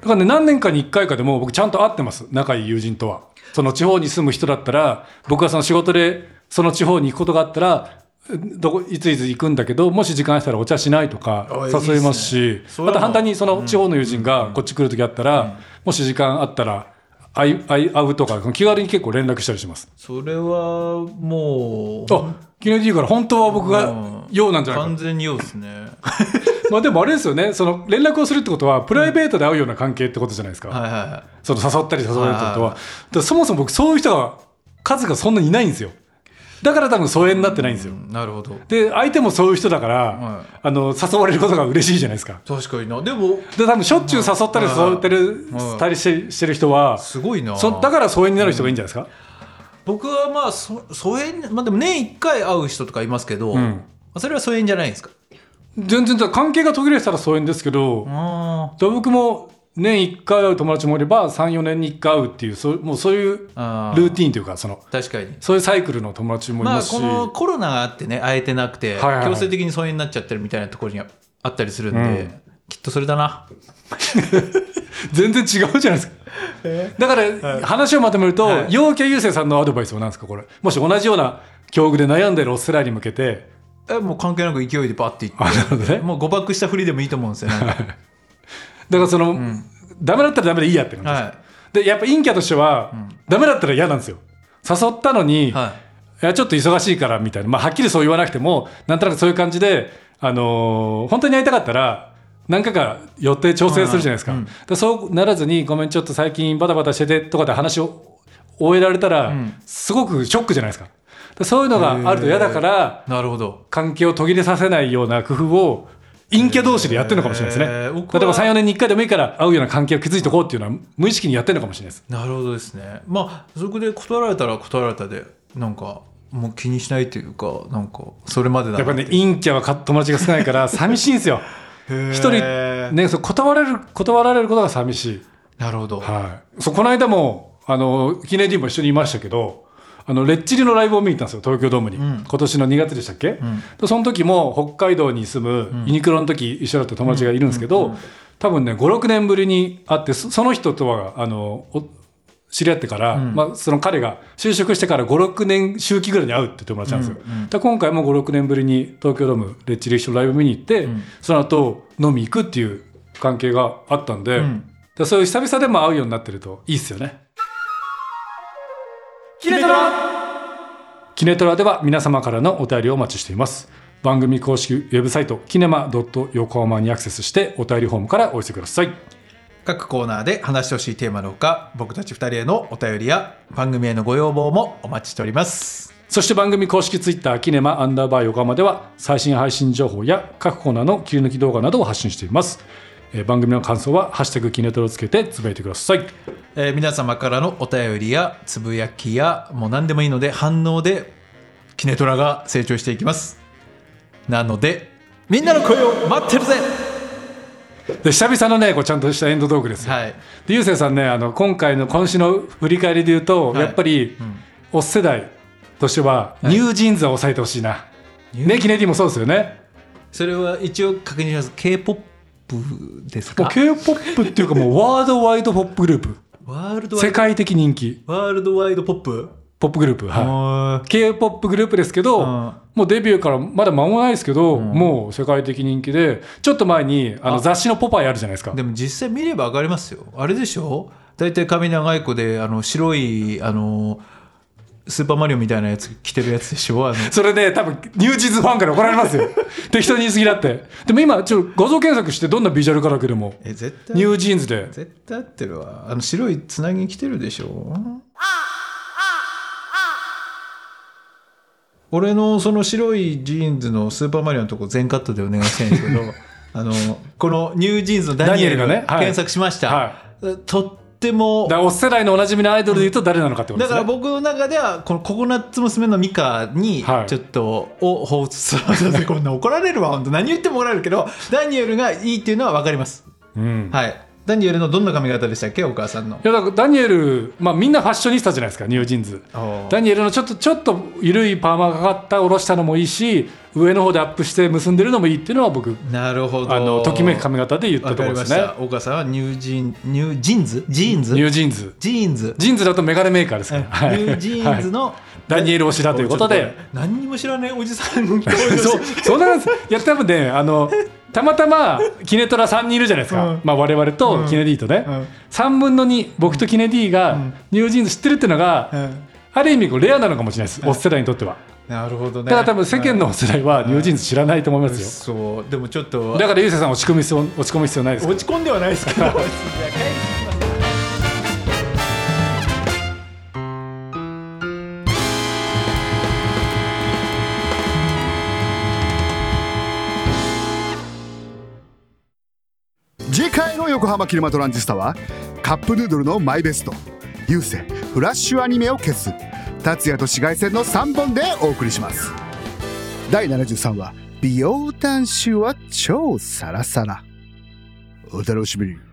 [SPEAKER 1] だからね何年かに1回かでも僕ちゃんと会ってます仲いい友人とはその地方に住む人だったら僕がその仕事でその地方に行くことがあったらどこいついつ行くんだけどもし時間あったらお茶しないとか
[SPEAKER 2] あいいっすね
[SPEAKER 1] 誘いますし
[SPEAKER 2] そうい
[SPEAKER 1] ま
[SPEAKER 2] うの
[SPEAKER 1] た反対にその地方の友人がこっち来る時あったら、もし時間あったら会い会い会うとか気軽に結構連絡したりします。
[SPEAKER 2] それはもう
[SPEAKER 1] あ記念日から本当は僕が用なんじゃないか
[SPEAKER 2] 完全にようです ね
[SPEAKER 1] まあでもあれですよねその連絡をするってことはプライベートで会うような関係ってことじゃないですか、
[SPEAKER 2] はいはいは
[SPEAKER 1] その誘ったり誘われるってこと
[SPEAKER 2] はいはい
[SPEAKER 1] は
[SPEAKER 2] は
[SPEAKER 1] だ
[SPEAKER 2] い
[SPEAKER 1] からそもそも僕そういう人が数がそんなにいないんですよだから多分疎遠になってないんです
[SPEAKER 2] い、
[SPEAKER 1] よ、
[SPEAKER 2] うんなるほど
[SPEAKER 1] で相手もそういう人だから、
[SPEAKER 2] は
[SPEAKER 1] あの誘われることが嬉しいじゃないですか
[SPEAKER 2] 確かになでも
[SPEAKER 1] で多分しょっちゅう誘ったり誘ってる、
[SPEAKER 2] うん
[SPEAKER 1] たりしてしてる人は、
[SPEAKER 2] すごいな
[SPEAKER 1] そだから疎遠になる人がいいんじゃないですか、
[SPEAKER 2] 僕はまあそ疎遠まあでも年1回会う人とかいますけど、
[SPEAKER 1] ん
[SPEAKER 2] それは疎遠じゃないんですか
[SPEAKER 1] 全然だから関係が途切れてたら疎遠ですけど、
[SPEAKER 2] あ
[SPEAKER 1] だから僕も年1回会う友達もいれば34年に1回会うっていうそうもうそういうル
[SPEAKER 2] あー
[SPEAKER 1] ーティンというかその
[SPEAKER 2] 確かに
[SPEAKER 1] そういうサイクルの友達もい
[SPEAKER 2] ま
[SPEAKER 1] ま
[SPEAKER 2] あ
[SPEAKER 1] すし、
[SPEAKER 2] このコロナがあってね会えてなくて、
[SPEAKER 1] はいはい
[SPEAKER 2] 強制的に疎遠になっちゃってるみたいなところにあったりするんで、
[SPEAKER 1] うん
[SPEAKER 2] きっとそれだな
[SPEAKER 1] 全然違うじゃないですか。だから話をまとめると、
[SPEAKER 2] はい
[SPEAKER 1] 陽キャ優生さんのアドバイスは何ですかこれもし同じような境遇で悩んでるオスラに向けて
[SPEAKER 2] えもう関係なく勢いでバッていっ
[SPEAKER 1] あなるほどね
[SPEAKER 2] てもう誤爆したふりでもいいと思うん ですよね
[SPEAKER 1] だからその、ダメだったらダメでいいやって感じです、
[SPEAKER 2] は
[SPEAKER 1] でやっぱ陰キャとしては、ダメだったら嫌なんですよ誘ったのに、
[SPEAKER 2] い、はい
[SPEAKER 1] やちょっと忙しいからみたいな、まあ、はっきりそう言わなくてもなんとなくそういう感じで、あのー本当に会いたかったら何回か予定調整するじゃないですか,、
[SPEAKER 2] うん
[SPEAKER 1] だそうならずにごめんちょっと最近バタバタしててとかで話を終えられたら、
[SPEAKER 2] ん
[SPEAKER 1] すごくショックじゃないですかだそういうのがあると嫌だから
[SPEAKER 2] い、なるほど
[SPEAKER 1] 関係を途切れさせないような工夫を陰キャ同士でやってるのかもしれないですね、
[SPEAKER 2] へー僕は
[SPEAKER 1] 例えば34年に1回でもいいから会うような関係を築いておこうっていうのは無意識にやってるのかもしれ ないです
[SPEAKER 2] なるほどですねまあそこで断られたら断られたでなんかもう気にしないというかなんかそれまでだ
[SPEAKER 1] や
[SPEAKER 2] な
[SPEAKER 1] っぱりね陰キャはか友達が少ない から寂しいんですよ
[SPEAKER 2] 一
[SPEAKER 1] 一人、ね、そう断られる断られることが寂しい、
[SPEAKER 2] なるほど、
[SPEAKER 1] はい、そうこの間もあの記念日も一緒にいましたけどあのレッチリのライブを見に行ったんですよ東京ドームに、
[SPEAKER 2] ん
[SPEAKER 1] 今年の2月でしたっけ、
[SPEAKER 2] ん
[SPEAKER 1] でその時も北海道に住むユニクロの時一緒だった友達がいるんですけど、多分ね56年ぶりに会ってそその人とはあのお知り合ってから、
[SPEAKER 2] ん
[SPEAKER 1] まあ、その彼が就職してから56年周期ぐらいに会うって友達なんですよ、
[SPEAKER 2] うんうん
[SPEAKER 1] だから今回も56年ぶりに東京ドームレッチリ一緒のライブ見に行って、
[SPEAKER 2] ん
[SPEAKER 1] その後飲み行くっていう関係があったんで、
[SPEAKER 2] う
[SPEAKER 1] だ
[SPEAKER 2] ん
[SPEAKER 1] からそういう久々でも会うようになってるといいっすよねキネトラキネトラでは皆様からのお便りをお待ちしています番組公式ウェブサイトキネマ横浜にアクセスしてお便りフォームからお寄せください
[SPEAKER 2] 各コーナーで話してほしいテーマのほか僕たち2人へのお便りや番組へのご要望もお待ちしております
[SPEAKER 1] そして番組公式ツイッターキネマアンダーバー横浜では最新配信情報や各コーナーの切り抜き動画などを発信しています。えー番組の感想は「ハッシュタグキネトロ」をつけてつぶやいてください。
[SPEAKER 2] えー皆様からのお便りやつぶやきやもう何でもいいので反応でキネトラが成長していきますなのでみんなの声を待ってるぜ
[SPEAKER 1] で久々のねこうちゃんとしたエンドトークですよ。
[SPEAKER 2] はい
[SPEAKER 1] でゆうせいさんねあの今回の今週の振り返りで言うと、
[SPEAKER 2] はい
[SPEAKER 1] やっぱり、おっ世代としては、
[SPEAKER 2] い
[SPEAKER 1] ニュージーンズは抑えてほしいな。
[SPEAKER 2] ニュー
[SPEAKER 1] ねキネディもそうですよね。
[SPEAKER 2] それは一応確認します K-POP です
[SPEAKER 1] もう
[SPEAKER 2] か
[SPEAKER 1] K-POP っていうかもうワールドワイドポップグループ
[SPEAKER 2] ワールドワイ
[SPEAKER 1] 世
[SPEAKER 2] ド
[SPEAKER 1] 界的人気
[SPEAKER 2] ワールドワイドポップ
[SPEAKER 1] ポップグループはい。
[SPEAKER 2] は
[SPEAKER 1] K-POP グループですけど、
[SPEAKER 2] うん
[SPEAKER 1] もうデビューからまだ間もないですけど、もう世界的人気でちょっと前にあの雑誌の「ポパイ」あるじゃないですか
[SPEAKER 2] でも実際見れば分かりますよあれでしょ大体髪長い子であの白いあのスーパーマリオみたいなやつ着てるやつでしょあの
[SPEAKER 1] それで多分ニュージーンズファンから怒られ ますよ適当に言い過ぎだってでも今ちょっと画像検索してどんなビジュアルからけでも
[SPEAKER 2] え絶対
[SPEAKER 1] ニュージーンズで
[SPEAKER 2] 絶対合ってるわあの白いつなぎ着てるでしょ俺のその白いジーンズのスーパーマリオのとこ全カットでお願いしたいんですけどあのこのニュージーンズのダニエル
[SPEAKER 1] ダニエルがねはい
[SPEAKER 2] 検索しました、
[SPEAKER 1] は
[SPEAKER 2] とっても
[SPEAKER 1] だからお世代のおなじみのアイドルで言うと誰なのかってこと
[SPEAKER 2] だ
[SPEAKER 1] です
[SPEAKER 2] から
[SPEAKER 1] ね
[SPEAKER 2] 僕の中ではこのココナッツ娘のミカに
[SPEAKER 1] はい
[SPEAKER 2] ちょっとを放出する、こんな怒られるわ本当何言っても怒られるけどダニエルがいいっていうのは分かります
[SPEAKER 1] うん
[SPEAKER 2] はいダニエルのどんな髪型でしたっけお母さんの
[SPEAKER 1] いやだからダニエル、まあ、みんなファッショニスタじゃないですかニュージーンズ
[SPEAKER 2] ああ
[SPEAKER 1] ダニエルのちょっとちょっと緩いパーマがかかった下ろしたのもいいし上の方でアップして結んでるのもいいっていうのは僕
[SPEAKER 2] なるほど
[SPEAKER 1] あのときめく髪型で言った
[SPEAKER 2] わ
[SPEAKER 1] ところ
[SPEAKER 2] かりま
[SPEAKER 1] で
[SPEAKER 2] し
[SPEAKER 1] すね
[SPEAKER 2] たお母さんはニュージーンニュージーンズジーンズ
[SPEAKER 1] ニュージーンズ
[SPEAKER 2] ジーンズ
[SPEAKER 1] ジーンズだとメガネメーカーですから、はい
[SPEAKER 2] ニュージーンズの、
[SPEAKER 1] ダニエル推しだということで
[SPEAKER 2] 何にも知らないおじさん に
[SPEAKER 1] そうそうなんですいや多分ねあのたまたまキネトラ3人いるじゃないですか、
[SPEAKER 2] うん
[SPEAKER 1] まあ、我々とキネディとね、
[SPEAKER 2] うん
[SPEAKER 1] 3分の2僕とキネディが
[SPEAKER 2] ん
[SPEAKER 1] ニュージーンズ知ってるっていうのが、ある意味こうレアなのかもしれないです、オス世代にとっては。
[SPEAKER 2] なるほどね
[SPEAKER 1] だから多分世間のオス世代はニュージーンズ知らないと思いますよ。
[SPEAKER 2] そうでもちょっと
[SPEAKER 1] だからゆうせいさん落ち込む必要落ち込む必要ないですから
[SPEAKER 2] 落ち込んではないですけど
[SPEAKER 3] 次回の横浜キネマトランジスタはカップヌードルのマイベスト優勢フラッシュアニメを消す達也と紫外線の3本でお送りします第73話美容男子は超サラサラお楽しみに